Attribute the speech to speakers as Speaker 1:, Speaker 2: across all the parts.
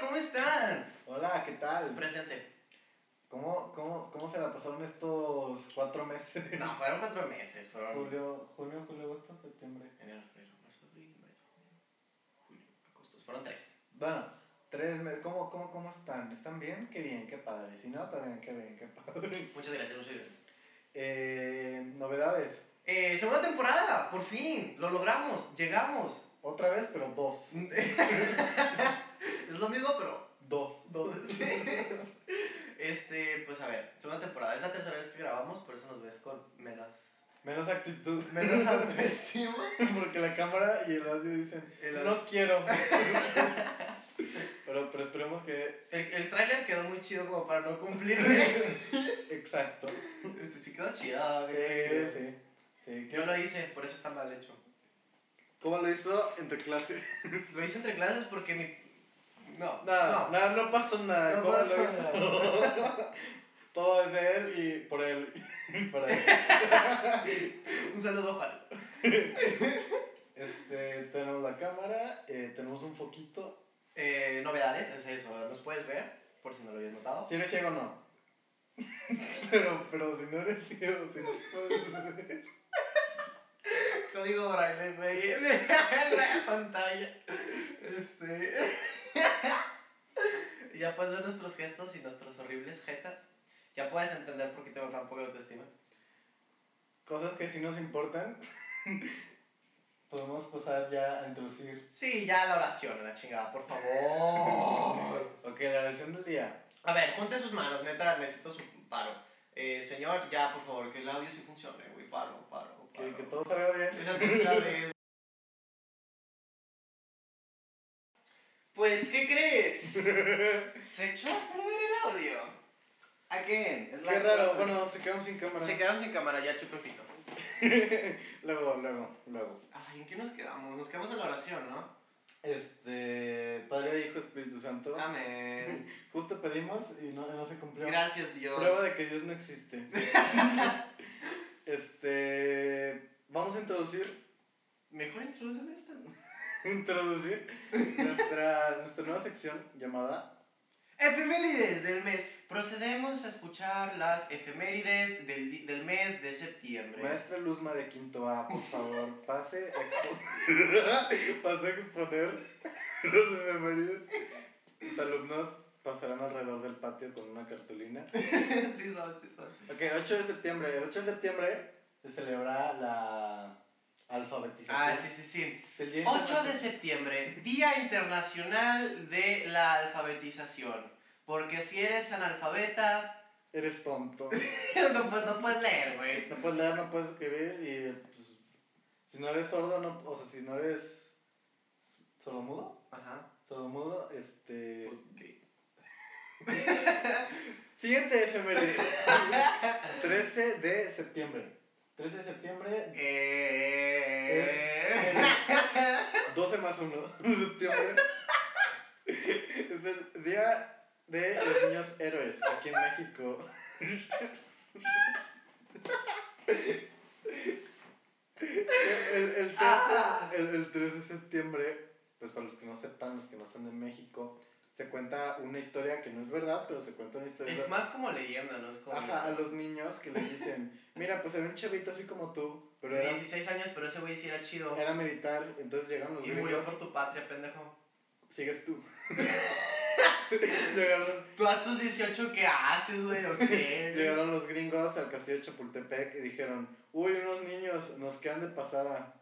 Speaker 1: ¿Cómo están?
Speaker 2: Hola, ¿qué tal?
Speaker 1: Presente.
Speaker 2: ¿Cómo, cómo, cómo se la pasaron estos cuatro meses?
Speaker 1: No, fueron cuatro meses. Fueron
Speaker 2: Julio, junio, julio, agosto, septiembre.
Speaker 1: enero, febrero, marzo, abril, mayo, junio, julio, agosto. Fueron tres.
Speaker 2: Bueno, tres meses. ¿Cómo, cómo, ¿Cómo están? ¿Están bien? Qué bien, qué padre. Si no, también qué bien, qué padre.
Speaker 1: Muchas gracias, muchas gracias.
Speaker 2: Eh, novedades.
Speaker 1: Eh, segunda temporada, por fin. Lo logramos, llegamos.
Speaker 2: Otra vez, pero dos.
Speaker 1: es lo mismo, pero
Speaker 2: Dos.
Speaker 1: dos Este, pues a ver, segunda temporada. Es la tercera vez que grabamos, por eso nos ves con menos,
Speaker 2: Menos actitud.
Speaker 1: menos autoestima.
Speaker 2: Porque la cámara y el audio dicen,
Speaker 1: El audio.
Speaker 2: no quiero. pero, pero esperemos que...
Speaker 1: El, el tráiler quedó muy chido como para no cumplirle.
Speaker 2: Exacto.
Speaker 1: Este sí quedó chido.
Speaker 2: Sí,
Speaker 1: quedó chido.
Speaker 2: sí. sí.
Speaker 1: Yo lo hice, por eso está mal hecho.
Speaker 2: ¿Cómo lo hizo entre clases?
Speaker 1: Lo hice entre clases porque mi. No,
Speaker 2: Nada,
Speaker 1: no.
Speaker 2: nada, no pasó nada.
Speaker 1: No
Speaker 2: ¿Cómo
Speaker 1: pasó
Speaker 2: lo hizo? Todo es de él y por él. Y por él.
Speaker 1: Un saludo, Juárez.
Speaker 2: Este, tenemos la cámara, eh, tenemos un foquito.
Speaker 1: Eh, novedades, es eso. Nos puedes ver, por si no lo habías notado.
Speaker 2: Si eres ciego, no. pero, pero si no eres ciego, si no puedes ver.
Speaker 1: Código braille, güey. En la pantalla. Este. ya puedes ver nuestros gestos y nuestras horribles jetas. Ya puedes entender por qué tengo tan poca autoestima.
Speaker 2: Cosas que sí nos importan. Podemos pasar ya a introducir.
Speaker 1: Sí, ya la oración, a la chingada, por favor.
Speaker 2: Ok, la oración del día.
Speaker 1: A ver, junte sus manos, neta, necesito su paro. Eh, señor, ya, por favor, que el audio sí funcione, güey, paro, paro, paro.
Speaker 2: Que, que todo salga bien.
Speaker 1: Esa es la de- Pues, ¿qué crees? Se echó a perder el audio. ¿A qué? Es la-
Speaker 2: Qué raro, bueno, se quedaron sin cámara.
Speaker 1: Se quedaron sin cámara, ya chupen pito.
Speaker 2: Luego, luego, luego.
Speaker 1: Ay, ¿en qué nos quedamos? Nos quedamos en la oración, ¿no?
Speaker 2: Este, Padre, Hijo, Espíritu Santo.
Speaker 1: Amén.
Speaker 2: Justo pedimos y no, no se cumplió.
Speaker 1: Gracias, Dios.
Speaker 2: Prueba de que Dios no existe. este, vamos a introducir,
Speaker 1: Mejor introduceme esta. ¿no?
Speaker 2: introducir nuestra, nuestra nueva sección llamada
Speaker 1: Efemérides del mes. Procedemos a escuchar las efemérides del, di- del mes de septiembre.
Speaker 2: Maestra Luzma de Quinto A, por favor, pase a exponer, pase a exponer los memorias. Los alumnos pasarán alrededor del patio con una cartulina.
Speaker 1: sí son, sí son.
Speaker 2: Ok, 8 de septiembre. El 8 de septiembre se celebra la alfabetización.
Speaker 1: Ah, sí, sí, sí.
Speaker 2: Es el día
Speaker 1: 8 de
Speaker 2: internacional-
Speaker 1: septiembre, Día Internacional de la Alfabetización. Porque si eres analfabeta,
Speaker 2: Eres tonto.
Speaker 1: no, pues, no puedes leer, güey.
Speaker 2: No puedes leer, no puedes escribir y pues, si no eres sordo, no, o sea, si no eres sordomudo,
Speaker 1: Ajá.
Speaker 2: sordomudo, este...
Speaker 1: Ok.
Speaker 2: Siguiente efeméride. 13 de septiembre. 13 de septiembre,
Speaker 1: Eh...
Speaker 2: 12 más 1 de septiembre. Es el día de los niños héroes aquí en México. El, el, 13, el, el 3 de septiembre, pues para los que no sepan, los que no son de México, se cuenta una historia que no es verdad, pero se cuenta una historia.
Speaker 1: Es más como leyenda, ¿no? Es como...
Speaker 2: Ajá, a los niños que les dicen, mira, pues era un chavito así como tú, pero era,
Speaker 1: 16 años, pero ese güey sí era chido.
Speaker 2: era militar, entonces llegaron los
Speaker 1: Y
Speaker 2: gringos.
Speaker 1: murió por tu patria, pendejo.
Speaker 2: Sigues tú. llegaron,
Speaker 1: ¿Tú a tus 18 qué haces, güey? ¿O qué?
Speaker 2: llegaron los gringos al castillo de Chapultepec y dijeron, uy, unos niños nos quedan de pasada.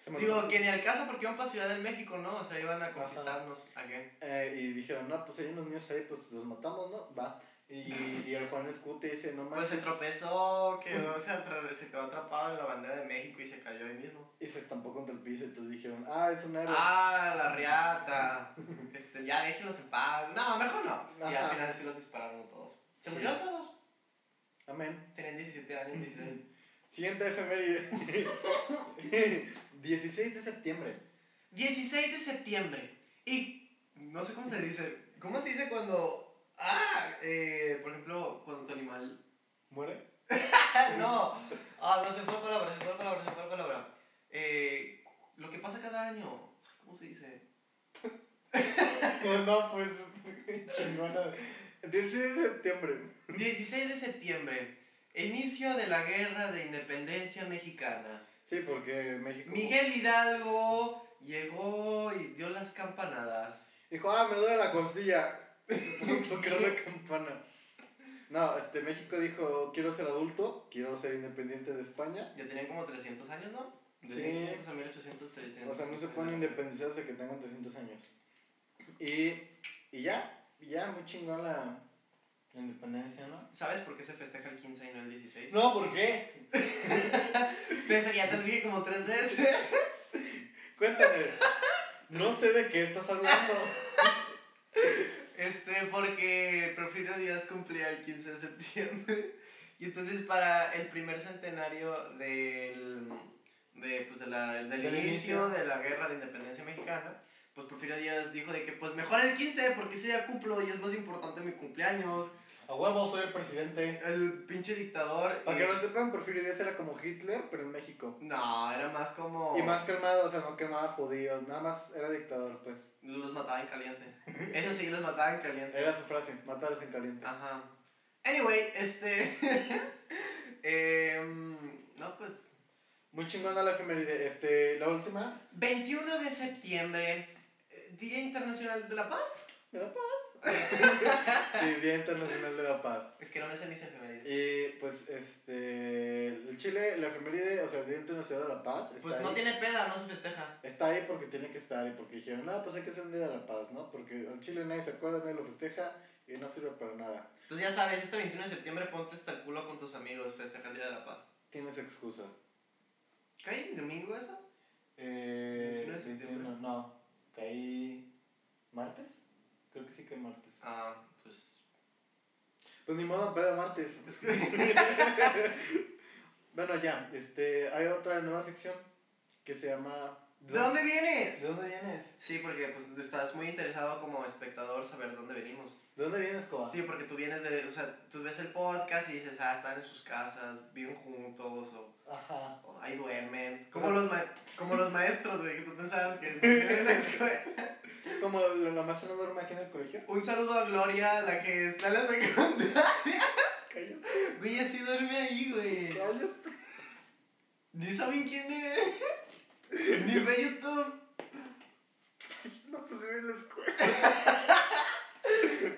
Speaker 2: Se me
Speaker 1: Digo,
Speaker 2: antojó-
Speaker 1: que ni al caso porque iban para Ciudad del México, ¿no? O sea, iban a conquistarnos. Again.
Speaker 2: Eh, y dijeron, no, pues hay unos niños ahí, pues los matamos, ¿no? Va. Y, y el Juan Escute dice, no
Speaker 1: Pues
Speaker 2: manches.
Speaker 1: se tropezó, quedó, se, atra- se quedó atrapado en la bandera de México y se cayó ahí mismo.
Speaker 2: y se estampó contra el piso, entonces dijeron, ah, es un héroe.
Speaker 1: Ah, la riata. Este, ya déjenlos en paz. No, mejor no. Y al
Speaker 2: Ajá.
Speaker 1: final sí los dispararon todos. Se
Speaker 2: Sí.
Speaker 1: murieron todos.
Speaker 2: Amén.
Speaker 1: Tenían 17 años, 16.
Speaker 2: Siguiente efeméride. 16 de septiembre.
Speaker 1: 16 de septiembre. Y no sé cómo se dice. ¿Cómo se dice cuando. Ah, eh, por ejemplo, cuando tu animal.
Speaker 2: ¿Muere?
Speaker 1: Ah, no. Ah, no se fue la palabra, se fue la palabra, se fue la palabra. Eh, lo que pasa cada año. Ay, ¿Cómo se dice?
Speaker 2: No, pues, chingona. 16 de septiembre.
Speaker 1: 16 de septiembre, inicio de la guerra de independencia mexicana.
Speaker 2: Sí, porque México.
Speaker 1: Miguel Hidalgo llegó y dio las campanadas.
Speaker 2: Dijo, ah, me duele la costilla. Tocar la campana. No, este, México dijo, quiero ser adulto, quiero ser independiente de España.
Speaker 1: Ya tenían como 300 años, ¿no? De
Speaker 2: Sí.
Speaker 1: 1500 a 1830.
Speaker 2: O sea, no se pueden independizar hasta que tengan 300 años. Y, y ya, y ya, muy chingón la, la independencia, ¿no?
Speaker 1: ¿Sabes por qué se festeja el 15 y no el 16?
Speaker 2: No, ¿por qué?
Speaker 1: Pese a que ya te lo dije como tres veces.
Speaker 2: Cuéntame. No sé de qué estás hablando.
Speaker 1: Este, porque Porfirio Díaz cumplía el 15 de septiembre. Y entonces para el primer centenario del, de, pues, de la- del,
Speaker 2: Del
Speaker 1: inicio,
Speaker 2: inicio.
Speaker 1: de la guerra de independencia mexicana, pues Porfirio Díaz dijo de que pues mejor el 15 porque ese día cumplo y es más importante mi cumpleaños.
Speaker 2: A huevo, soy el presidente.
Speaker 1: El pinche dictador...
Speaker 2: Para
Speaker 1: eh,
Speaker 2: que no sepan, Porfirio Díaz era como Hitler, pero en México.
Speaker 1: no, era más como...
Speaker 2: Y más calmado, o sea, no quemaba judíos, nada más era dictador, pues.
Speaker 1: Los mataba en caliente. Eso sí, los mataba en caliente.
Speaker 2: Era su frase, matarlos en caliente.
Speaker 1: Ajá. Anyway, este. em, no, pues.
Speaker 2: Muy chingona la efeméride. Este, la última.
Speaker 1: 21 de septiembre, eh, Día Internacional de la Paz.
Speaker 2: De la paz. sí, Día Internacional de la Paz.
Speaker 1: Es que no me sé mis efemérides.
Speaker 2: Y pues, este. El Chile, la efeméride, o sea, el Día Internacional de la Paz. Está
Speaker 1: Pues
Speaker 2: ahí.
Speaker 1: no tiene peda, no se festeja.
Speaker 2: Está ahí porque tiene que estar y porque dijeron, no, pues hay que hacer un día de la paz, ¿no? Porque al Chile nadie se acuerda, nadie lo festeja y no sirve para nada.
Speaker 1: Entonces ya sabes, este 21 de septiembre ponte hasta el culo con tus amigos, festeja el Día de la Paz.
Speaker 2: Tienes excusa.
Speaker 1: ¿Cae en domingo eso?
Speaker 2: Eh,
Speaker 1: 21 de septiembre.
Speaker 2: 21, no, caí martes. Creo que sí caí martes.
Speaker 1: Ah, pues.
Speaker 2: Pues ni modo, peda martes.
Speaker 1: Es que.
Speaker 2: Bueno, ya, este, hay otra nueva sección que se llama...
Speaker 1: ¿De dónde
Speaker 2: ¿De
Speaker 1: vienes?
Speaker 2: dónde vienes?
Speaker 1: Sí, porque pues estás muy interesado como espectador saber dónde venimos.
Speaker 2: ¿De dónde vienes, Coba?
Speaker 1: Sí, porque tú vienes de, o sea, tú ves el podcast y dices, ah, están en sus casas, viven juntos, o,
Speaker 2: Ajá.
Speaker 1: o ahí duermen. Como los, ma- como los maestros, güey, que tú pensabas que vivían en la escuela.
Speaker 2: Como la, la maestra no duerme aquí en el colegio.
Speaker 1: Un saludo a Gloria, la que está en la secundaria.
Speaker 2: Cállate.
Speaker 1: Güey, ella sí duerme ahí, güey.
Speaker 2: Cállate.
Speaker 1: Ni saben quién es. Ni ve YouTube.
Speaker 2: No, pues vive en la escuela.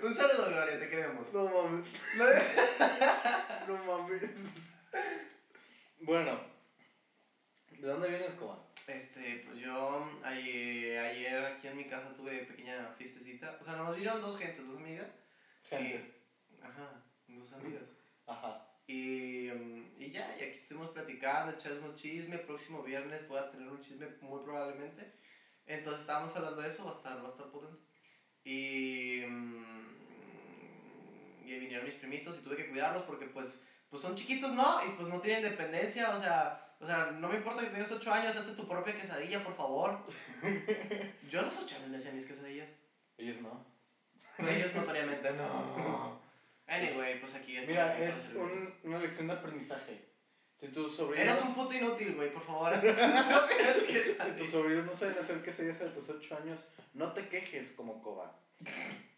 Speaker 1: Un saludo, Gloria, te queremos.
Speaker 2: No mames. No mames. Bueno. ¿De dónde vienes, Coba?
Speaker 1: Este, pues yo ayer, ayer aquí en mi casa tuve pequeña fiestecita. O sea, nomás vieron dos gentes, dos amigas.
Speaker 2: Gente.
Speaker 1: Y- ajá, dos amigas.
Speaker 2: Ajá.
Speaker 1: Y, mm, y ya, y aquí estuvimos platicando, echamos un chisme. Próximo viernes voy a tener un chisme muy probablemente. Entonces estábamos hablando de eso, va a estar, va a estar potente. Y, mm, y vinieron mis primitos y tuve que cuidarlos porque pues, pues son chiquitos, ¿no? Y pues no tienen dependencia, o sea, o sea, no me importa que tengas 8 años, hazte tu propia quesadilla, por favor. Yo a los 8 años me hacía mis quesadillas.
Speaker 2: Ellos no.
Speaker 1: Pero ellos notoriamente no. Anyway, pues aquí estoy
Speaker 2: Mira,
Speaker 1: para
Speaker 2: es
Speaker 1: servirles.
Speaker 2: un- una lección de aprendizaje. Si tus sobrinos,
Speaker 1: Eres un puto inútil, güey, por favor. hazte tu propia
Speaker 2: si tus
Speaker 1: quesadilla.
Speaker 2: sobrinos no saben hacer quesadillas a tus 8 años, no te quejes como coba.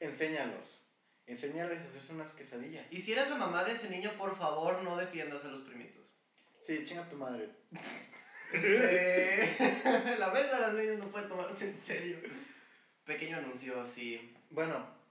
Speaker 2: Enséñalos. Enséñales a hacerse unas quesadillas.
Speaker 1: y si eres la mamá de ese niño, por favor, no defiendas a los primitos.
Speaker 2: Sí, chinga tu madre.
Speaker 1: Este, la mesa de las niñas no puede tomarse en serio. Pequeño anuncio, así
Speaker 2: Bueno,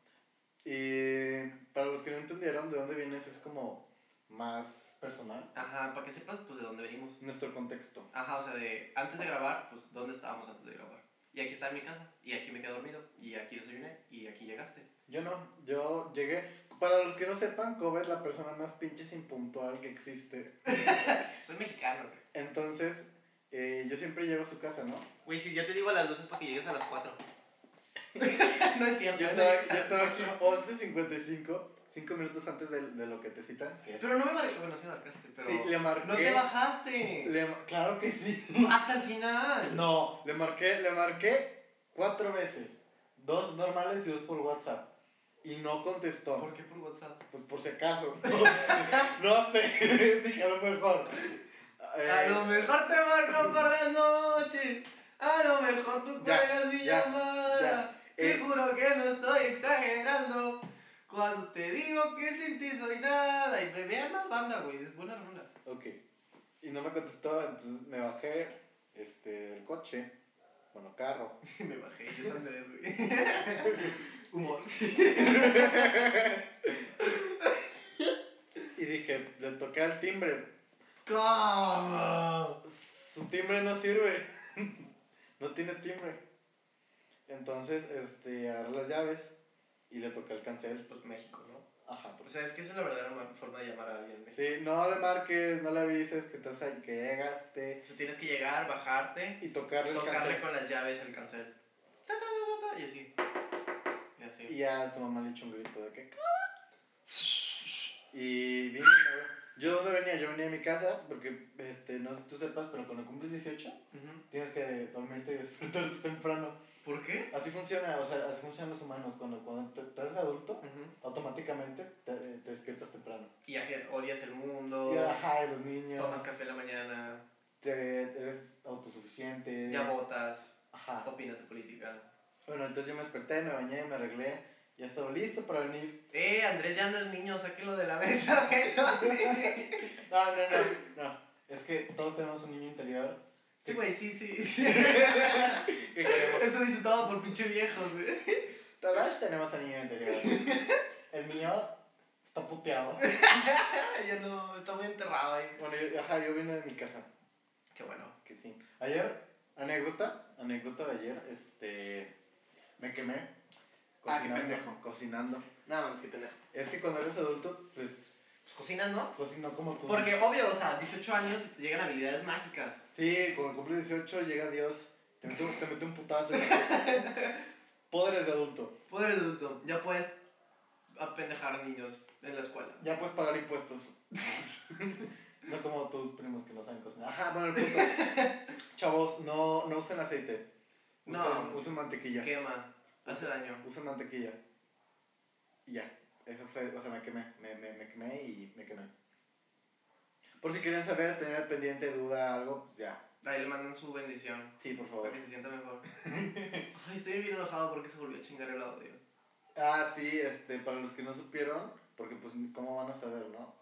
Speaker 2: y para los que no entendieron de dónde vienes, es como más personal.
Speaker 1: Ajá, para que sepas, pues, de dónde venimos.
Speaker 2: Nuestro contexto.
Speaker 1: Ajá, o sea, de antes de grabar, pues, ¿dónde estábamos antes de grabar? Y aquí está en mi casa, y aquí me quedé dormido, y aquí desayuné, y aquí llegaste.
Speaker 2: Yo no, yo llegué. Para los que no sepan, Coba es la persona más pinche sin puntual que existe.
Speaker 1: Soy mexicano, güey.
Speaker 2: Entonces, eh, yo siempre llego a su casa, ¿no?
Speaker 1: Güey, si yo te digo a las 12 es para que llegues a las 4. no es cierto.
Speaker 2: Yo estaba, yo estaba aquí 11.55, 5 minutos antes de, de lo que te citan.
Speaker 1: Pero no me marcaste, bueno, sí me marcaste, pero...
Speaker 2: sí, le marqué.
Speaker 1: No te bajaste.
Speaker 2: le ma- Claro que sí.
Speaker 1: Hasta el final.
Speaker 2: No, le marqué, le marqué cuatro veces. Dos normales y dos por WhatsApp. Y no contestó.
Speaker 1: ¿Por qué por WhatsApp?
Speaker 2: Pues por si acaso. No sé. Dije a lo mejor. Eh,
Speaker 1: a lo mejor te marco por las noches. A lo mejor tú
Speaker 2: ya,
Speaker 1: cuelgas mi
Speaker 2: ya,
Speaker 1: llamada.
Speaker 2: ya.
Speaker 1: Te
Speaker 2: Eh,
Speaker 1: juro que no estoy exagerando. Cuando te digo que sin ti soy nada. Y me vean más banda, güey. Es buena rola.
Speaker 2: ok. Y no me contestaba, entonces me bajé este, del coche, bueno, carro.
Speaker 1: Y me bajé. Yo es Andrés, güey. Humor.
Speaker 2: Y dije, le toqué al timbre.
Speaker 1: ¿Cómo?
Speaker 2: Pues, Su timbre no sirve. no tiene timbre. Entonces, este, agarré las llaves y le toqué al cancel.
Speaker 1: Pues México, ¿no?
Speaker 2: Ajá,
Speaker 1: O
Speaker 2: pues.
Speaker 1: sea, es que esa es la verdadera ma- forma de llamar a alguien. en México.
Speaker 2: Sí, no le marques, no le avises que estás ahí, que llegaste.
Speaker 1: O sea, tienes que llegar, bajarte,
Speaker 2: Y tocarle el
Speaker 1: tocarle
Speaker 2: cancel.
Speaker 1: con las llaves el cancel. Ta, ta, ta, ta, ta, y así. Y así.
Speaker 2: Y ya su mamá le echó un grito de que. "Caba". Y vine. ¿no? ¿Yo dónde venía? Yo venía a mi casa porque, este, no sé si tú sepas, pero cuando cumples 18
Speaker 1: Ujú.
Speaker 2: tienes que dormirte y despertarte temprano.
Speaker 1: ¿Por qué?
Speaker 2: Así funciona, o sea, así funcionan los humanos. Cuando, cuando te, te haces adulto,
Speaker 1: Ujú.
Speaker 2: automáticamente te, te despiertas temprano.
Speaker 1: Y aje- odias el mundo,
Speaker 2: Y, ajá, y los niños,
Speaker 1: tomas café en la mañana,
Speaker 2: te, eres autosuficiente.
Speaker 1: ya votas,
Speaker 2: Ajá.
Speaker 1: opinas de política.
Speaker 2: Bueno, entonces yo me desperté, me bañé, me arreglé, ya estaba listo para venir.
Speaker 1: Eh, Andrés ya no es niño, sáquelo de la mesa, velo.
Speaker 2: No, no, no, no. Es que todos tenemos un niño interior
Speaker 1: Sí, güey, sí, sí. sí.
Speaker 2: que queremos.
Speaker 1: Eso dice todo por pinche viejos, güey.
Speaker 2: Todos tenemos un niño interior. El mío está puteado.
Speaker 1: Ya no, está muy enterrado ahí.
Speaker 2: Bueno, yo, ajá, yo vine de mi casa.
Speaker 1: Qué bueno.
Speaker 2: Que sí. Ayer, anécdota, anécdota de ayer, este. Me quemé.
Speaker 1: Ah, qué pendejo.
Speaker 2: Cocinando.
Speaker 1: Nada más que pendejo.
Speaker 2: Es que cuando eres adulto, pues,
Speaker 1: Pues cocinas, ¿no?
Speaker 2: cocino como tú.
Speaker 1: Porque obvio, o sea, 18 años y te llegan habilidades mágicas.
Speaker 2: Sí, cuando cumples 18 llega Dios, te mete un, te mete un putazo. y la- Poderes de adulto.
Speaker 1: Poder adulto, ya puedes apendejar niños en la escuela.
Speaker 2: Ya puedes pagar impuestos. no como tus primos que no saben cocinar. Ajá, bueno, el punto. Chavos, no, no usen aceite. Usen,
Speaker 1: No.
Speaker 2: usen mantequilla.
Speaker 1: Quema, hace daño.
Speaker 2: Usen mantequilla. Y ya. Eso fue, o sea, me quemé. Me, me, me quemé y me quemé. Por si querían saber, tener pendiente, duda, algo, pues ya.
Speaker 1: Ahí le mandan su bendición.
Speaker 2: Sí, por favor.
Speaker 1: Para que se sienta mejor. Ay, estoy bien enojado porque se volvió a chingar el audio.
Speaker 2: Ah, sí, este, para los que no supieron, porque pues, ¿cómo van a saber, no?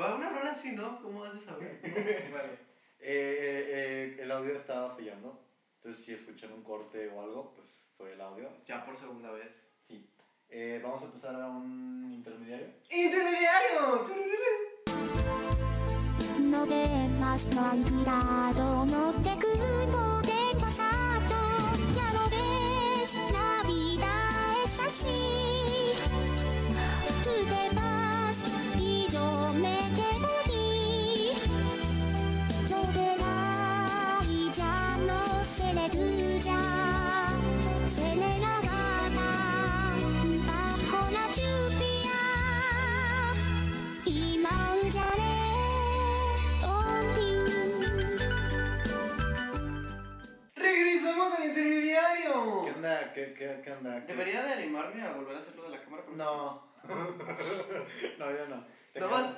Speaker 1: Va una rola así, ¿no? ¿Cómo vas a saber? No, bueno.
Speaker 2: Eh, eh, eh, el audio estaba fallando, entonces si escuchan un corte o algo, pues fue el audio.
Speaker 1: Ya por segunda vez.
Speaker 2: Sí. Eh, vamos a pasar a un intermediario.
Speaker 1: ¡Intermediario! ¡Turururu!
Speaker 3: No temas, no hay cuidado, no te culpo del pasado. Ya lo ves, la vida es así. Tú te vas y yo me quedo aquí. Llorará y ya no seré tuya. Seré la gata bajo la lluvia. Y maullaré por ti.
Speaker 1: ¡Regresamos al
Speaker 2: ¿Qué
Speaker 1: intermediario!
Speaker 2: onda? ¿Qué, qué, qué onda? ¿Qué-
Speaker 1: Debería de animarme a volver a hacerlo de la cámara. porque-
Speaker 2: No. no, yo no. Se
Speaker 1: No,
Speaker 2: acabó.
Speaker 1: vas-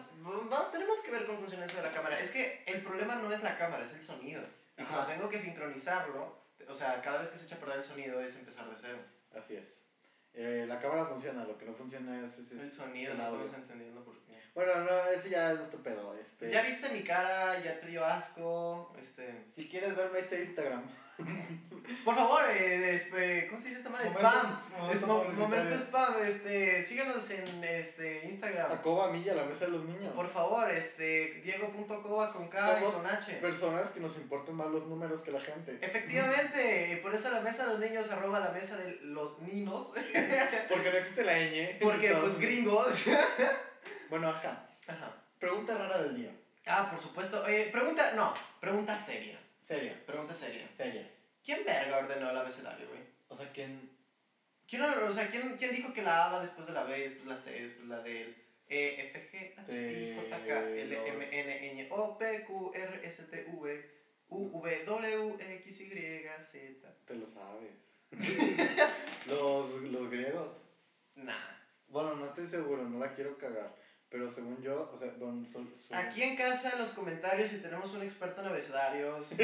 Speaker 1: va- tenemos que ver cómo funciona eso de la cámara. Es que el problema no es la cámara, es el sonido. Y
Speaker 2: Ajá.
Speaker 1: como tengo que sincronizarlo, o sea, cada vez que se echa a perder el sonido es empezar de cero.
Speaker 2: Así es. Eh, la cámara funciona, lo que no funciona es... es- es
Speaker 1: el sonido,
Speaker 2: el
Speaker 1: no
Speaker 2: audio.
Speaker 1: estamos entendiendo por qué.
Speaker 2: Bueno, no, ese ya es nuestro pedo. Este,
Speaker 1: Ya viste mi cara, ya te dio asco. Este.
Speaker 2: Si quieres verme este Instagram.
Speaker 1: Por favor, eh, es- eh, ¿cómo se dice esta madre? spam.
Speaker 2: Momento-
Speaker 1: Es mo-
Speaker 2: momento
Speaker 1: momento
Speaker 2: publicitario.
Speaker 1: spam, este, síganos en este Instagram.
Speaker 2: Acoba a mí y a la mesa de los niños.
Speaker 1: Por favor, este, Diego.coba con K y
Speaker 2: Somos-
Speaker 1: con H.
Speaker 2: Personas que nos importan más los números que la gente.
Speaker 1: Efectivamente, eh, por eso la mesa de los niños arroba la mesa de los ninos.
Speaker 2: Porque no existe la ñ.
Speaker 1: Porque
Speaker 2: Estados
Speaker 1: pues
Speaker 2: Unidos.
Speaker 1: gringos.
Speaker 2: Bueno, ajá.
Speaker 1: Ajá.
Speaker 2: Pregunta rara del día.
Speaker 1: Ah, por supuesto. Eh, pregunta, no, pregunta seria.
Speaker 2: Seria.
Speaker 1: Pregunta seria.
Speaker 2: Seria.
Speaker 1: ¿Quién verga ordenó el abecedario, güey?
Speaker 2: O sea, ¿quién?
Speaker 1: ¿Quién, or- o sea, ¿quién, quién dijo que la A va después de la B, después la C, después la D? E, F, G, H, I, J, K, L, M, N, N, O, P, Q, R, S, T, V, U, V, W, X, Y, Z.
Speaker 2: Te lo sabes. los, los griegos.
Speaker 1: Nah.
Speaker 2: Bueno, no estoy seguro, no la quiero cagar. Pero según yo, o sea, don, su- su-
Speaker 1: Aquí en casa, en los comentarios, si tenemos un experto en abecedarios,
Speaker 2: que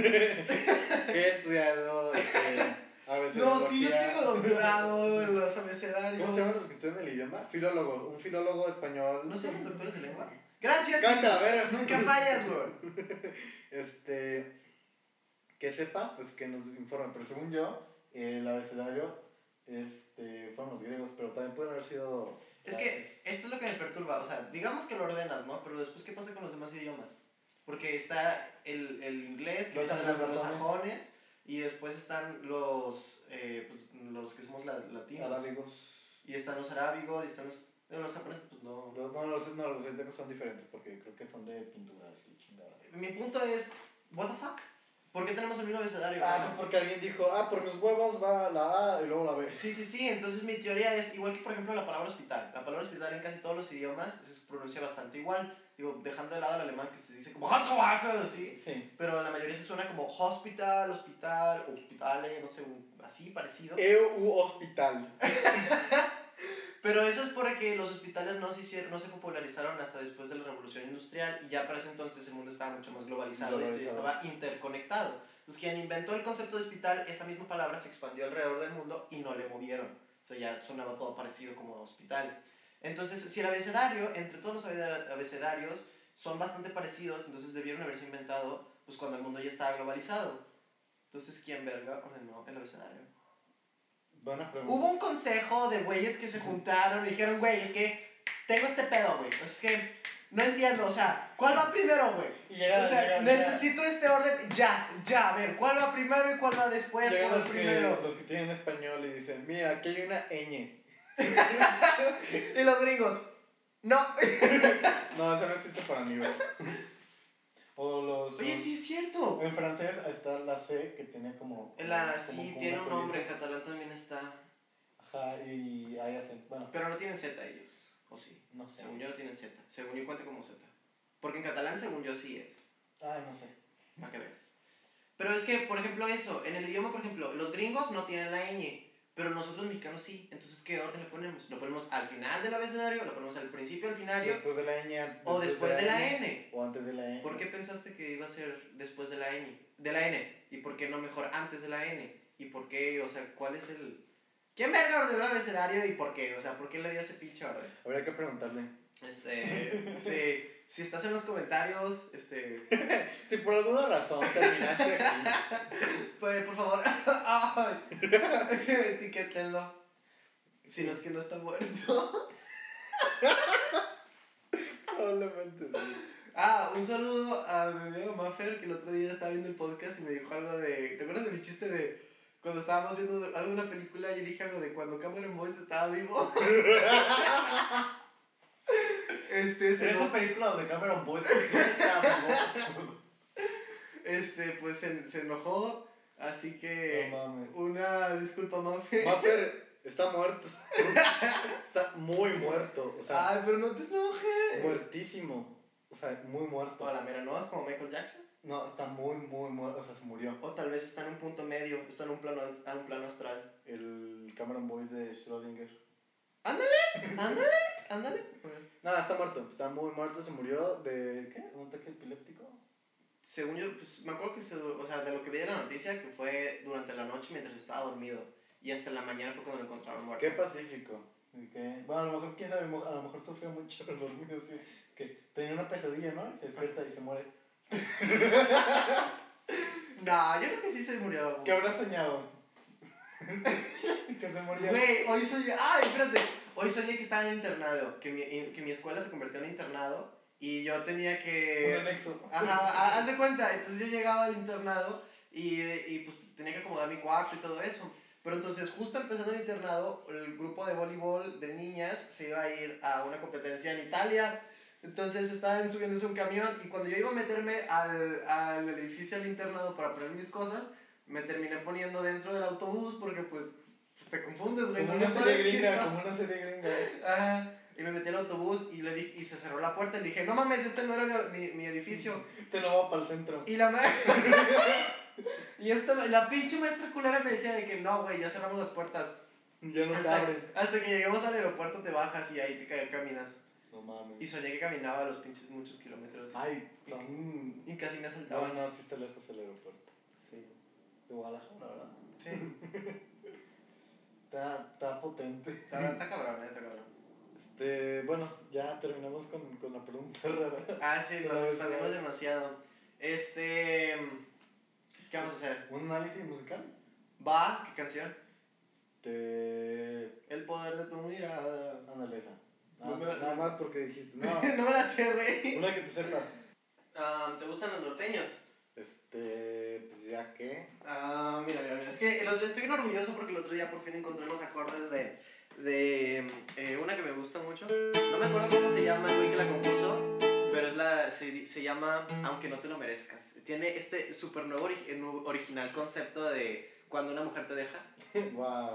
Speaker 2: he estudiado este, a veces.
Speaker 1: nos sí, yo
Speaker 2: filología.
Speaker 1: tengo doctorado en los abecedarios.
Speaker 2: ¿Cómo se llaman los que estudian el idioma? Filólogo, un filólogo español.
Speaker 1: ¿No son doctores de lengua? Gracias,
Speaker 2: Canta, a
Speaker 1: Siri.
Speaker 2: ver.
Speaker 1: Nunca fallas, güey.
Speaker 2: Este. Que sepa, pues que nos informe. Pero según yo, el abecedario este, fueron los griegos, pero también pueden haber sido.
Speaker 1: Es que esto es lo que me perturba. O sea, digamos que lo ordenas, ¿no? Pero después, ¿qué pasa con los demás idiomas? Porque está el, el inglés, que
Speaker 2: Los
Speaker 1: están los, los
Speaker 2: anglosajones.
Speaker 1: sajones, y después están los, eh, pues, los que somos la- latinos.
Speaker 2: Arábigos.
Speaker 1: Y están los arábigos, y están los, eh, los japoneses, pues no.
Speaker 2: Los, no, los, no, los celtecos son diferentes porque creo que son de pinturas y chingadas.
Speaker 1: Mi punto es, ¿what the fuck? ¿Por qué tenemos el mismo abecedario?
Speaker 2: Ah, no, porque alguien dijo, ah, por mis huevos va la A y luego la B.
Speaker 1: Sí, sí, sí, entonces mi teoría es igual que por ejemplo la palabra hospital. La palabra hospital en casi todos los idiomas se pronuncia bastante igual, digo, dejando de lado el alemán que se dice como Hospital, ¿sí?
Speaker 2: Sí.
Speaker 1: Pero en la mayoría se suena como hospital, hospital, hospitale, no sé, un- así parecido.
Speaker 2: Eu E u hospital.
Speaker 1: Pero eso es porque los hospitales no se, hicieron, no se popularizaron hasta después de la revolución industrial y ya para ese entonces el mundo estaba mucho más globalizado, y se-
Speaker 2: Globalizado.
Speaker 1: estaba interconectado. Entonces quien inventó el concepto de hospital, esa misma palabra se expandió alrededor del mundo y no le movieron. O sea, ya sonaba todo parecido como hospital. Entonces, si el abecedario, entre todos los abeceda- abecedarios, son bastante parecidos, entonces debieron haberse inventado pues cuando el mundo ya estaba globalizado. Entonces, ¿quién verga ordenó el abecedario?
Speaker 2: Buena pregunta.
Speaker 1: Hubo un consejo de güeyes que se juntaron y dijeron, güey, es que tengo este pedo, güey. Es que no entiendo, o sea, ¿cuál va primero, güey?
Speaker 2: Y llegaron,
Speaker 1: o sea,
Speaker 2: llegaron,
Speaker 1: necesito este orden ya, ya, a ver, ¿cuál va primero y cuál va después?
Speaker 2: llegaron. Llegan
Speaker 1: ¿Cuál
Speaker 2: los
Speaker 1: va
Speaker 2: que,
Speaker 1: primero?
Speaker 2: los que tienen español y dicen, mira, aquí hay una ñ.
Speaker 1: Y los gringos, no.
Speaker 2: No, eso no existe para mí, güey. O los.
Speaker 1: Oye, sí, es cierto.
Speaker 2: En francés está la C que tiene como.
Speaker 1: La,
Speaker 2: como-
Speaker 1: sí,
Speaker 2: como
Speaker 1: tiene
Speaker 2: una
Speaker 1: un nombre, en
Speaker 2: colita.
Speaker 1: catalán también está.
Speaker 2: Ajá, y ahí hacen. Bueno,
Speaker 1: Pero no tienen Z ellos, o sí.
Speaker 2: no sé.
Speaker 1: Según yo no tienen Z, según yo cuenta como Z. Porque en catalán, según yo, sí es.
Speaker 2: Ay, no sé.
Speaker 1: Para que veas. Pero es que, por ejemplo, eso, en el idioma, por ejemplo, los gringos no tienen la ñ, pero nosotros los mexicanos sí. Entonces, ¿qué orden le ponemos? ¿Lo ponemos al final del abecedario? ¿Lo ponemos al principio del finario?
Speaker 2: Después de la ñ. antes
Speaker 1: ¿O después de la
Speaker 2: ñ,
Speaker 1: N?
Speaker 2: O antes de la ñ.
Speaker 1: ¿Por qué pensaste que iba a ser después de la ñ? De la N. ¿Y por qué no mejor antes de la N? ¿Y por qué? O sea, ¿cuál es el...? ¿Quién verga ordenó el abecedario y por qué? O sea, ¿por qué le dio ese pinche orden?
Speaker 2: Habría que preguntarle.
Speaker 1: Este, sí, si estás en los comentarios, este,
Speaker 2: Si por alguna razón terminaste aquí.
Speaker 1: Pues, por favor, Ay. etiquétenlo. Si no es que no está muerto.
Speaker 2: Probablemente sí.
Speaker 1: Ah, un saludo a mi amigo Maffer que el otro día estaba viendo el podcast y me dijo algo de. ¿Te acuerdas de mi chiste de cuando estábamos viendo algo de una película y dije algo de cuando Cameron Boyce estaba vivo? este, se lo-
Speaker 2: película donde Cameron Boyd está
Speaker 1: este, pues se, se enojó, así que.
Speaker 2: No mames.
Speaker 1: Una disculpa, Maffer.
Speaker 2: Maffer está muerto. Está muy muerto. O sea,
Speaker 1: Ay, pero no te enojes.
Speaker 2: muertísimo. O sea, muy muerto.
Speaker 1: O a la mera no es como Michael Jackson.
Speaker 2: No, está muy, muy muerto. O sea, se murió.
Speaker 1: O tal vez está en un punto medio, está en un plano, a un plano astral.
Speaker 2: El Cameron Boyd de Schrödinger.
Speaker 1: Ándale, ándale.
Speaker 2: Nada, está muerto. Está muy muerto. Se murió de. ¿Qué? ¿Un ataque epiléptico?
Speaker 1: Según yo, pues me acuerdo que se, o sea, de lo que vi de la noticia, que fue durante la noche mientras estaba dormido. Y hasta la mañana fue cuando lo encontraron muerto.
Speaker 2: Qué pacífico. ¿Y qué? Bueno, a lo mejor, quién sabe, a lo mejor sufrió mucho al dormir así. Que tenía una pesadilla, ¿no? Y se despierta y se muere.
Speaker 1: No, yo creo que sí se murió. Augusto.
Speaker 2: ¿Qué habrá soñado? que se moría.
Speaker 1: Güey, hoy soñé. ¡Ay, espérate! Hoy soñé que estaba en un internado, que mi, que mi escuela se convirtió en un internado y yo tenía que.
Speaker 2: Un anexo.
Speaker 1: Ajá, ha- haz de cuenta, entonces yo llegaba al internado y, y, pues tenía que acomodar mi cuarto y todo eso. Pero entonces, justo empezando el internado, el grupo de voleibol de niñas se iba a ir a una competencia en Italia. Entonces estaban subiéndose a un camión y cuando yo iba a meterme al, al edificio del internado para poner mis cosas, me terminé poniendo dentro del autobús porque pues, pues te confundes, güey.
Speaker 2: Como
Speaker 1: son
Speaker 2: una serie
Speaker 1: mejores que
Speaker 2: gringa,
Speaker 1: no.
Speaker 2: como una serie gringa. ¿eh?
Speaker 1: Ah, y me metí al autobús y, le dije, y se cerró la puerta y le dije, no mames, este no era mi- mi- mi edificio.
Speaker 2: Te lo va para el centro.
Speaker 1: Y la ma- y esta, ma- la pinche maestra culera me decía de que no, güey, ya cerramos las puertas.
Speaker 2: Ya no
Speaker 1: Hasta,
Speaker 2: sabes.
Speaker 1: hasta que lleguemos al aeropuerto te bajas y ahí te ca- caminas.
Speaker 2: No
Speaker 1: Y
Speaker 2: mames.
Speaker 1: soñé que caminaba los pinches muchos kilómetros.
Speaker 2: Ay, son. Ah,
Speaker 1: Y casi me
Speaker 2: No,
Speaker 1: asaltaban.
Speaker 2: no, sí está lejos el aeropuerto.
Speaker 1: Sí.
Speaker 2: De Guadalajara, ¿verdad?
Speaker 1: Sí.
Speaker 2: Está, está potente.
Speaker 1: Está, está cabrón, eh, está cabrón.
Speaker 2: Este, bueno, ya terminamos con, con la pregunta rara.
Speaker 1: Ah, sí,
Speaker 2: Pero
Speaker 1: nos
Speaker 2: es-
Speaker 1: expandimos demasiado. Este. ¿Qué vamos a hacer?
Speaker 2: ¿Un análisis musical?
Speaker 1: Va, ¿qué canción?
Speaker 2: Este.
Speaker 1: El poder de tu mirada.
Speaker 2: Ándale esa.
Speaker 1: No
Speaker 2: Nada-
Speaker 1: me la sé.
Speaker 2: nada más porque dijiste. No,
Speaker 1: no me la sé, güey.
Speaker 2: una que te sepas.
Speaker 1: Ah, ¿Te gustan los norteños?
Speaker 2: Este, pues ya que.
Speaker 1: Ah, mira, mira, mira. Es que el otro- estoy bien orgulloso porque el otro día por fin encontré los acordes de, de eh, una que me gusta mucho. No me acuerdo cómo se llama el güey que la compuso, pero es la, se, di- se llama Aunque no te lo merezcas. Tiene este súper nuevo ori- eh, nu- original concepto de cuando una mujer te deja.
Speaker 2: Wow.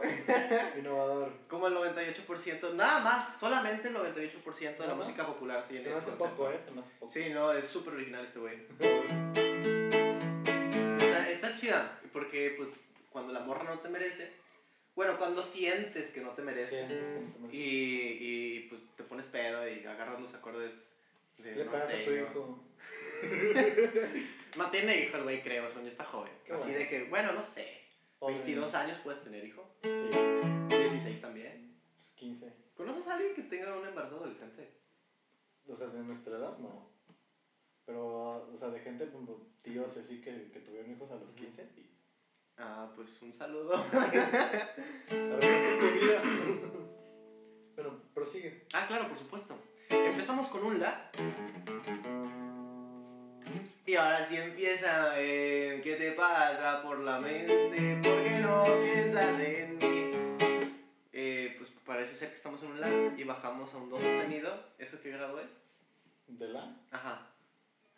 Speaker 2: Innovador.
Speaker 1: Como el 98%, nada más, solamente el 98% de la
Speaker 2: Nada más.
Speaker 1: música popular tiene
Speaker 2: Se me hace
Speaker 1: ese concepto.
Speaker 2: poco, ¿eh? Se me hace poco.
Speaker 1: Sí, no, es súper original este güey. Está, está chida, porque pues cuando la morra no te merece, bueno, cuando sientes que no te
Speaker 2: Sí,
Speaker 1: merece,
Speaker 2: antes como te me-
Speaker 1: y, y pues te pones pedo y agarras los acordes de
Speaker 2: Le pagas a tu
Speaker 1: norteño.
Speaker 2: hijo.
Speaker 1: No tiene hijo el güey, creo, o sea, ya está joven.
Speaker 2: Qué
Speaker 1: Así
Speaker 2: bueno.
Speaker 1: de que, bueno, no sé,
Speaker 2: Joven.
Speaker 1: 22 años puedes tener hijo,
Speaker 2: Sí,
Speaker 1: 16 también.
Speaker 2: pues 15.
Speaker 1: ¿Conoces a alguien que tenga un embarazo adolescente?
Speaker 2: O sea, de nuestra edad, no. Pero, o sea, de gente como tíos y así que, que tuvieron hijos a los 15. Y...
Speaker 1: Ah, pues un saludo.
Speaker 2: Arruinaste tu vida. Bueno, prosigue.
Speaker 1: Ah, claro, por supuesto. Empezamos con un la. Y ahora sí empieza. eh, ¿Qué te pasa por la mente? ¿Por qué no piensas en mí? Eh, pues parece ser que estamos en un la y bajamos a un do sostenido. ¿Eso qué grado es?
Speaker 2: ¿De la?
Speaker 1: Ajá.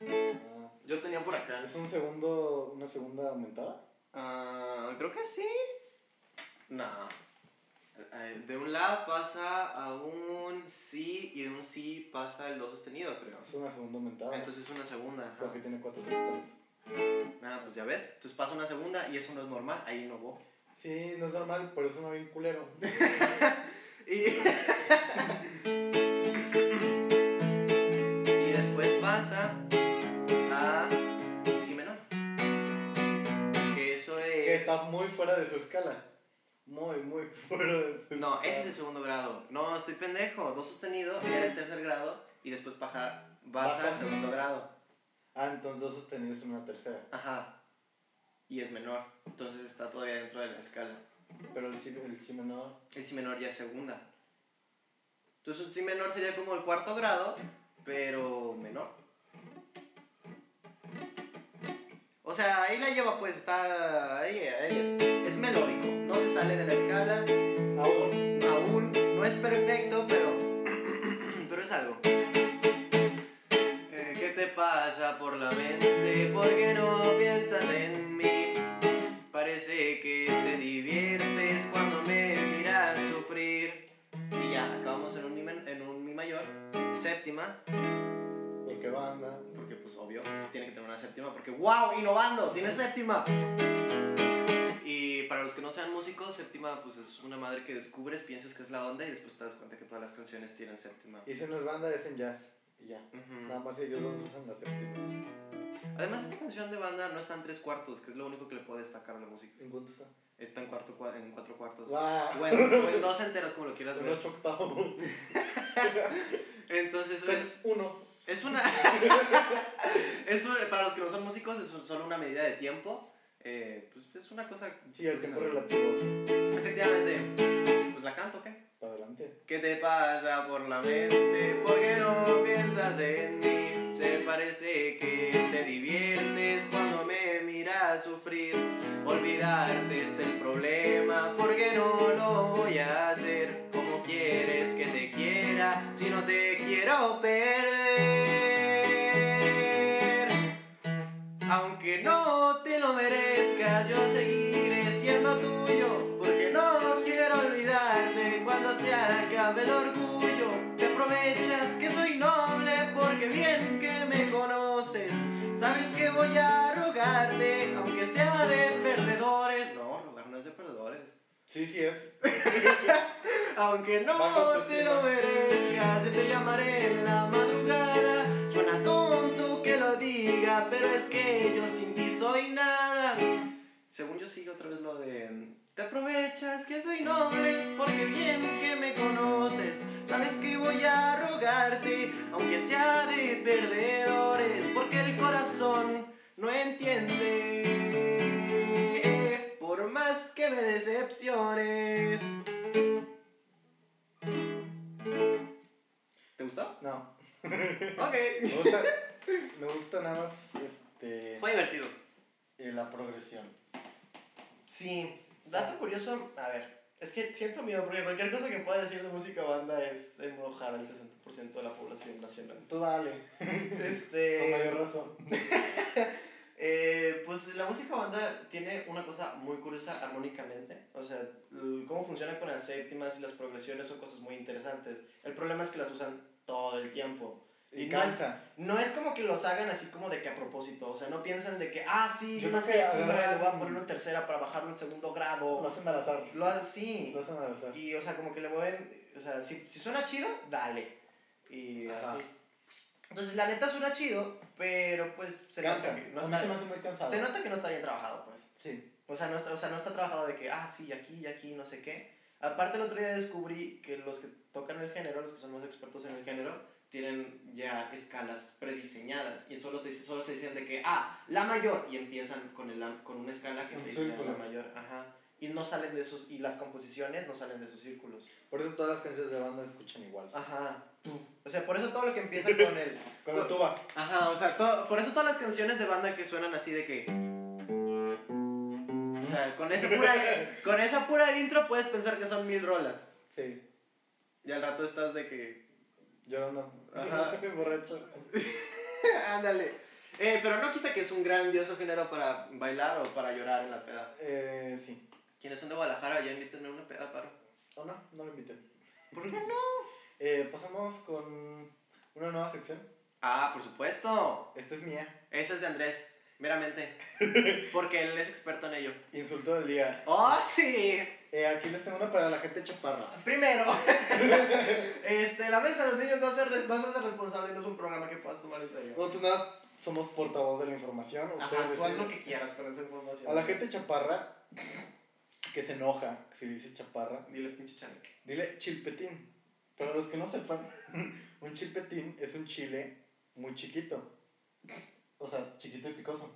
Speaker 2: Ah,
Speaker 1: Yo tenía por acá.
Speaker 2: ¿Es un segundo, una segunda aumentada?
Speaker 1: Ah, creo que sí. No. Eh, De un la pasa a un si y de un si pasa el do sostenido, creo.
Speaker 2: Es una segunda aumentada.
Speaker 1: Entonces es una segunda. ajá.
Speaker 2: Porque tiene cuatro centavos.
Speaker 1: Ah, pues ya ves. Entonces pasa una segunda y eso no es normal, ahí innovó.
Speaker 2: Sí, no es normal, por eso no bien culero.
Speaker 1: Y, y después pasa a si menor. Que eso
Speaker 2: Que
Speaker 1: es...
Speaker 2: está muy fuera de su escala. Muy, muy fuera de su
Speaker 1: No,
Speaker 2: escala.
Speaker 1: ese es el segundo grado. No, estoy pendejo. Do sostenido, era el tercer grado y después baja, vas
Speaker 2: Baja.
Speaker 1: al segundo grado.
Speaker 2: Ah, entonces dos sostenidos en una tercera.
Speaker 1: Ajá. Y es menor. Entonces está todavía dentro de la escala.
Speaker 2: Pero el si, el si menor.
Speaker 1: El si menor ya es segunda. Entonces un si menor sería como el cuarto grado, pero menor. O sea, ahí la lleva pues, está ahí, ahí es, es melódico, no se sale de la escala,
Speaker 2: Aún.
Speaker 1: aún no es perfecto, pero pero es algo. Eh, ¿Qué te pasa por la mente? ¿Por qué no piensas en mí? Parece que te diviertes cuando me miras sufrir. Y ya, acabamos en un mi, men- en un mi mayor, séptima,
Speaker 2: Porque banda.
Speaker 1: porque pues obvio, tiene que tener una séptima, porque wow, innovando, tiene séptima. Y para los que no sean músicos, séptima pues es una madre que descubres, piensas que es la onda y después te das cuenta que todas las canciones tienen séptima.
Speaker 2: Y si no es banda, es en jazz. Y ya.
Speaker 1: Ujú.
Speaker 2: Nada más ellos dos usan las séptimas.
Speaker 1: Además esta canción de banda no está en tres cuartos, que es lo único que le puedo destacar a la música.
Speaker 2: ¿En cuánto está?
Speaker 1: Está en, cuarto, cua- en cuatro cuartos.
Speaker 2: ¡Wow!
Speaker 1: O en, o en dos enteros, como lo quieras
Speaker 2: Son
Speaker 1: ver.
Speaker 2: Ah, ocho octavos.
Speaker 1: Entonces eso es,
Speaker 2: Es uno.
Speaker 1: es una... es una- para los que no son músicos es un- solo una medida de tiempo. Eh, pues es una cosa...
Speaker 2: Sí, el tiempo relativo. sí.
Speaker 1: Efectivamente. Pues la canto, ¿qué?
Speaker 2: Para adelante.
Speaker 1: ¿Qué te pasa por la mente? ¿Por qué no piensas en mí? Se parece que te diviertes cuando me miras sufrir. Olvidarte es el problema, porque no lo voy a hacer. ¿Cómo quieres que te quiera si no te quiero perder? Aunque no te lo merezcas, yo seguiré siendo tuyo. Porque no quiero olvidarte cuando se acabe el orgullo. Te aprovechas que soy noble porque bien que me conoces. Sabes que voy a rogarte, aunque sea de perdedores. No, rogar no es de perdedores.
Speaker 2: Sí, sí es.
Speaker 1: Aunque no
Speaker 2: Baja
Speaker 1: te
Speaker 2: autoestima.
Speaker 1: lo merezcas, yo te llamaré en la madrugada. Suena tonto que lo diga, pero es que yo sin ti soy nada. Según yo sigue otra vez lo de... Te aprovechas que soy noble, porque bien que me conoces, sabes que voy a rogarte, aunque sea de perdedores, porque el corazón no entiende, por más que me decepciones. ¿Te gustó?
Speaker 2: No. Me
Speaker 1: Ok.
Speaker 2: gusta, me gusta nada más este,
Speaker 1: Fue divertido.
Speaker 2: eh, la progresión.
Speaker 1: Sí, dato curioso, a ver, es que siento miedo porque cualquier cosa que pueda decir de música banda es enojar al 60% de la población nacional.
Speaker 2: Tú dale, con mayor
Speaker 1: Este,
Speaker 2: razón.
Speaker 1: eh, pues la música banda tiene una cosa muy curiosa armónicamente, o sea, l- cómo funciona con las séptimas y las progresiones son cosas muy interesantes. El problema es que las usan todo el tiempo.
Speaker 2: Y,
Speaker 1: Y no es-
Speaker 2: cansa.
Speaker 1: No es como que los hagan así como de que a propósito, o sea, no piensan de que, ah, sí,
Speaker 2: Yo
Speaker 1: una
Speaker 2: creo que
Speaker 1: séptima,
Speaker 2: agarran-
Speaker 1: le voy a poner una tercera para bajarlo un segundo grado.
Speaker 2: Lo hacen al azar.
Speaker 1: Lo hacen así.
Speaker 2: Lo hacen al azar.
Speaker 1: Y, o sea, como que le mueven. O sea, si, si suena chido, dale. Y
Speaker 2: Ajá.
Speaker 1: así. Entonces, la neta suena chido, pero pues se
Speaker 2: Cansa.
Speaker 1: nota que no
Speaker 2: a mí se me
Speaker 1: está.
Speaker 2: hace muy cansado.
Speaker 1: Se nota que no está bien trabajado, pues.
Speaker 2: Sí.
Speaker 1: O sea, no está, o sea, no está trabajado de que, ah, sí, aquí y aquí, no sé qué. Aparte, el otro día descubrí que los que tocan el género, los que son más expertos en el género, tienen ya escalas prediseñadas y solo, te, solo se dicen de que, ah, la mayor, y empiezan con, el, la- con una escala que
Speaker 2: Un
Speaker 1: está diseñada la
Speaker 2: círculo.
Speaker 1: mayor. Ajá. Y no salen de esos, y las composiciones no salen de esos círculos.
Speaker 2: Por eso todas las canciones de banda se escuchan igual.
Speaker 1: Ajá. O sea, por eso todo lo que empieza con el.
Speaker 2: Con la tuba.
Speaker 1: Ajá, o sea, todo- por eso todas las canciones de banda que suenan así de que. O sea, con esa pura, con esa pura intro puedes pensar que son mil rolas.
Speaker 2: Sí.
Speaker 1: Y al rato estás de que.
Speaker 2: Llorando.
Speaker 1: Ajá.
Speaker 2: Borracho.
Speaker 1: Ándale. Eh, pero no quita que es un grandioso género para bailar o para llorar en la peda.
Speaker 2: Eh, sí.
Speaker 1: Quienes son de Guadalajara, ya invítenme a una peda, paro.
Speaker 2: ¿O no? No lo invité.
Speaker 1: ¿Por qué no?
Speaker 2: Eh, pasamos con una nueva sección.
Speaker 1: Ah, por supuesto.
Speaker 2: Esta es mía.
Speaker 1: Esa es de Andrés, meramente. Porque él es experto en ello.
Speaker 2: Insulto del día.
Speaker 1: ¡Oh, sí!
Speaker 2: Eh, aquí les tengo una para la gente chaparra.
Speaker 1: Primero, este, la mesa de los niños no se, re- no se hace responsable, no es un programa que puedas tomar en serio.
Speaker 2: Nosotros nada, somos portavoz de la información.
Speaker 1: Ajá,
Speaker 2: Ustedes
Speaker 1: tú haz
Speaker 2: deciden.
Speaker 1: lo que quieras con esa información.
Speaker 2: A la gente chaparra que se enoja si le dices chaparra,
Speaker 1: Dile pinche chaneque.
Speaker 2: dile chilpetín. Para los que no sepan, un chilpetín es un chile muy chiquito. O sea, chiquito y picoso.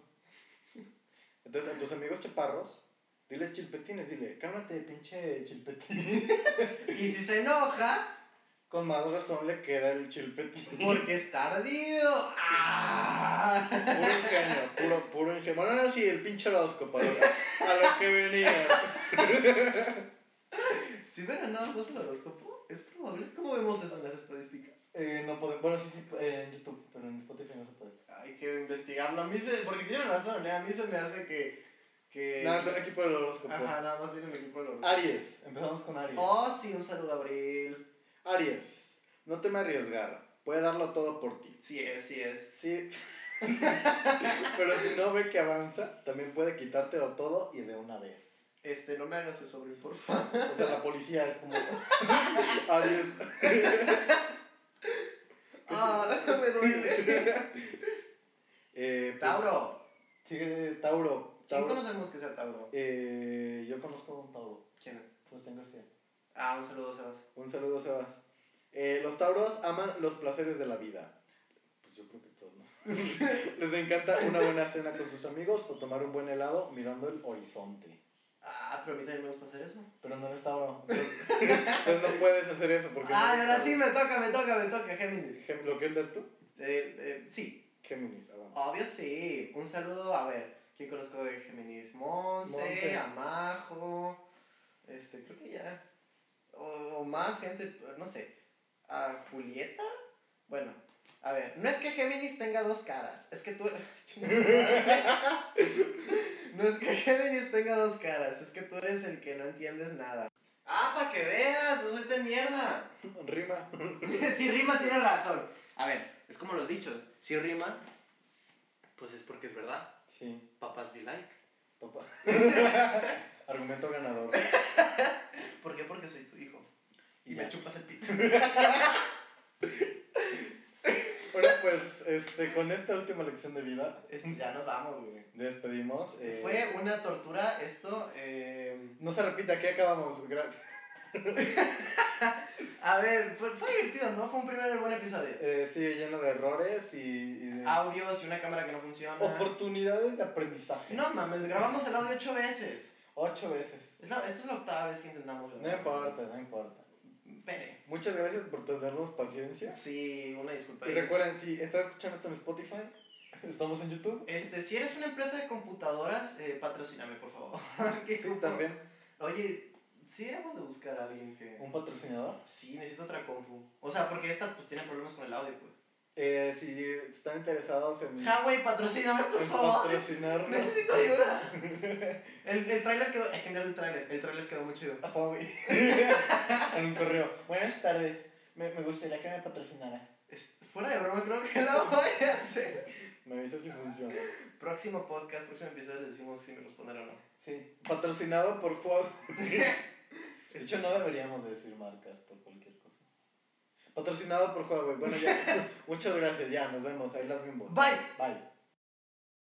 Speaker 2: Entonces, a tus amigos chaparros, diles chilpetines, dile, cálmate, pinche chilpetín.
Speaker 1: Y si se enoja,
Speaker 2: Con más razón le queda el chilpetín.
Speaker 1: porque está ardido. ¡Ah!
Speaker 2: Puro ingenio, puro, puro ingenio. Bueno, no, sí, el pinche horóscopo, a lo, a lo que venía.
Speaker 1: Si hubieran nada más el horóscopo, es probable. ¿Cómo vemos eso en las estadísticas?
Speaker 2: Eh, no podemos, bueno, sí, sí, eh, en YouTube, pero en Spotify no se puede.
Speaker 1: Hay que investigarlo. A mí se. Porque tiene razón, ¿eh? A mí se me hace que. que
Speaker 2: Nada, Eh, está el equipo del horóscopo. Ah,
Speaker 1: Ajá, nada más viene el equipo del horóscopo.
Speaker 2: Aries, empezamos con Aries.
Speaker 1: Oh, sí, un saludo, Abril.
Speaker 2: Aries, no te me arriesgar, puede darlo todo por ti.
Speaker 1: Sí es, sí es.
Speaker 2: Sí. pero si no ve que avanza, también puede quitártelo todo y de una vez.
Speaker 1: Este, no me hagas eso, Abril, por favor.
Speaker 2: O sea, la policía es como. Aries.
Speaker 1: Ah, me duele.
Speaker 2: Eh, pues,
Speaker 1: Tauro.
Speaker 2: Sigue Tauro.
Speaker 1: ¿Quién
Speaker 2: Tauro.
Speaker 1: conocemos que sea Tauro?
Speaker 2: Eh, yo conozco a un Tauro,
Speaker 1: ¿Quién es?
Speaker 2: Sebastián García.
Speaker 1: Ah, un saludo, Sebas.
Speaker 2: Un saludo, Sebas. Eh, los Tauros aman los placeres de la vida. Pues yo creo que todos, ¿no? Les encanta una buena cena con sus amigos o tomar un buen helado mirando el horizonte.
Speaker 1: Ah, pero a mí también me gusta hacer eso.
Speaker 2: Pero no eres Tauro. Entonces, entonces no puedes hacer eso porque. no
Speaker 1: Ah,
Speaker 2: eres
Speaker 1: ahora
Speaker 2: Tauro.
Speaker 1: sí me toca, me toca, me toca, Géminis.
Speaker 2: Gem- ¿Lo que es del tú?
Speaker 1: Eh, eh, sí,
Speaker 2: Géminis, ah, aguanta.
Speaker 1: obvio sí. Un saludo, a ver, ¿quién conozco de Géminis? Monse,
Speaker 2: Monse.
Speaker 1: Amajo, este, creo que ya. O, o más gente, no sé. ¿A Julieta? Bueno, a ver, no es que Géminis tenga dos caras, es que tú... no es que Géminis tenga dos caras, es que tú eres el que no entiendes nada. Ah, para que veas, no soy tan mierda.
Speaker 2: Rima.
Speaker 1: si rima tiene razón. A ver, es como los dichos, si rima, pues es porque es verdad.
Speaker 2: Sí,
Speaker 1: Papas be like.
Speaker 2: papá. Argumento ganador.
Speaker 1: ¿Por qué? Porque soy tu hijo. Y
Speaker 2: Ya.
Speaker 1: me chupas el pito.
Speaker 2: Ahora, pues este, con esta última lección de vida
Speaker 1: Es- pues ya nos vamos, güey.
Speaker 2: despedimos. eh,
Speaker 1: Fue una tortura esto. eh,
Speaker 2: No se repita, aquí acabamos. Gracias.
Speaker 1: A ver, fue, fue divertido, ¿no? Fue un primer buen episodio.
Speaker 2: Eh, sí, lleno de errores y, y de
Speaker 1: Ah, Audios y una cámara que no funciona.
Speaker 2: oportunidades de aprendizaje.
Speaker 1: No mames, grabamos el audio ocho veces.
Speaker 2: Ocho veces.
Speaker 1: Es la- esta es la octava vez que intentamos
Speaker 2: No
Speaker 1: grabar.
Speaker 2: importa, no importa.
Speaker 1: Pere.
Speaker 2: Muchas gracias por tenernos paciencia.
Speaker 1: Sí, una disculpa.
Speaker 2: Y recuerden, si estás escuchando esto en Spotify, estamos en YouTube.
Speaker 1: Este, si eres una empresa de computadoras, eh, patrocíname, por favor. Que
Speaker 2: Sí,
Speaker 1: como-
Speaker 2: también.
Speaker 1: Oye, si éramos de buscar a alguien que...
Speaker 2: Un patrocinador.
Speaker 1: Sí, necesito otra compu. O sea, porque esta pues tiene problemas con el audio, pues.
Speaker 2: Eh, si están interesados en,
Speaker 1: Huawei, patrocíname, por
Speaker 2: en
Speaker 1: favor.
Speaker 2: patrocinarnos. eh,
Speaker 1: Necesito ayuda. El, el tráiler quedó... Hay que mirar el tráiler. El tráiler quedó muy chido.
Speaker 2: A Huawei. en un correo. Buenas tardes. Me, me gustaría que me patrocinara.
Speaker 1: Es- fuera de broma, creo que lo voy a hacer.
Speaker 2: Me avisa si funciona.
Speaker 1: Próximo podcast, próximo episodio, les decimos si me respondieron o no.
Speaker 2: Sí. Patrocinado por Huawei. De hecho, no deberíamos decir marcas por cualquier cosa. Patrocinado por Huawei. Bueno, ya. Muchas gracias. Ya, nos vemos. Ahí las vimos.
Speaker 1: Bye.
Speaker 2: Bye.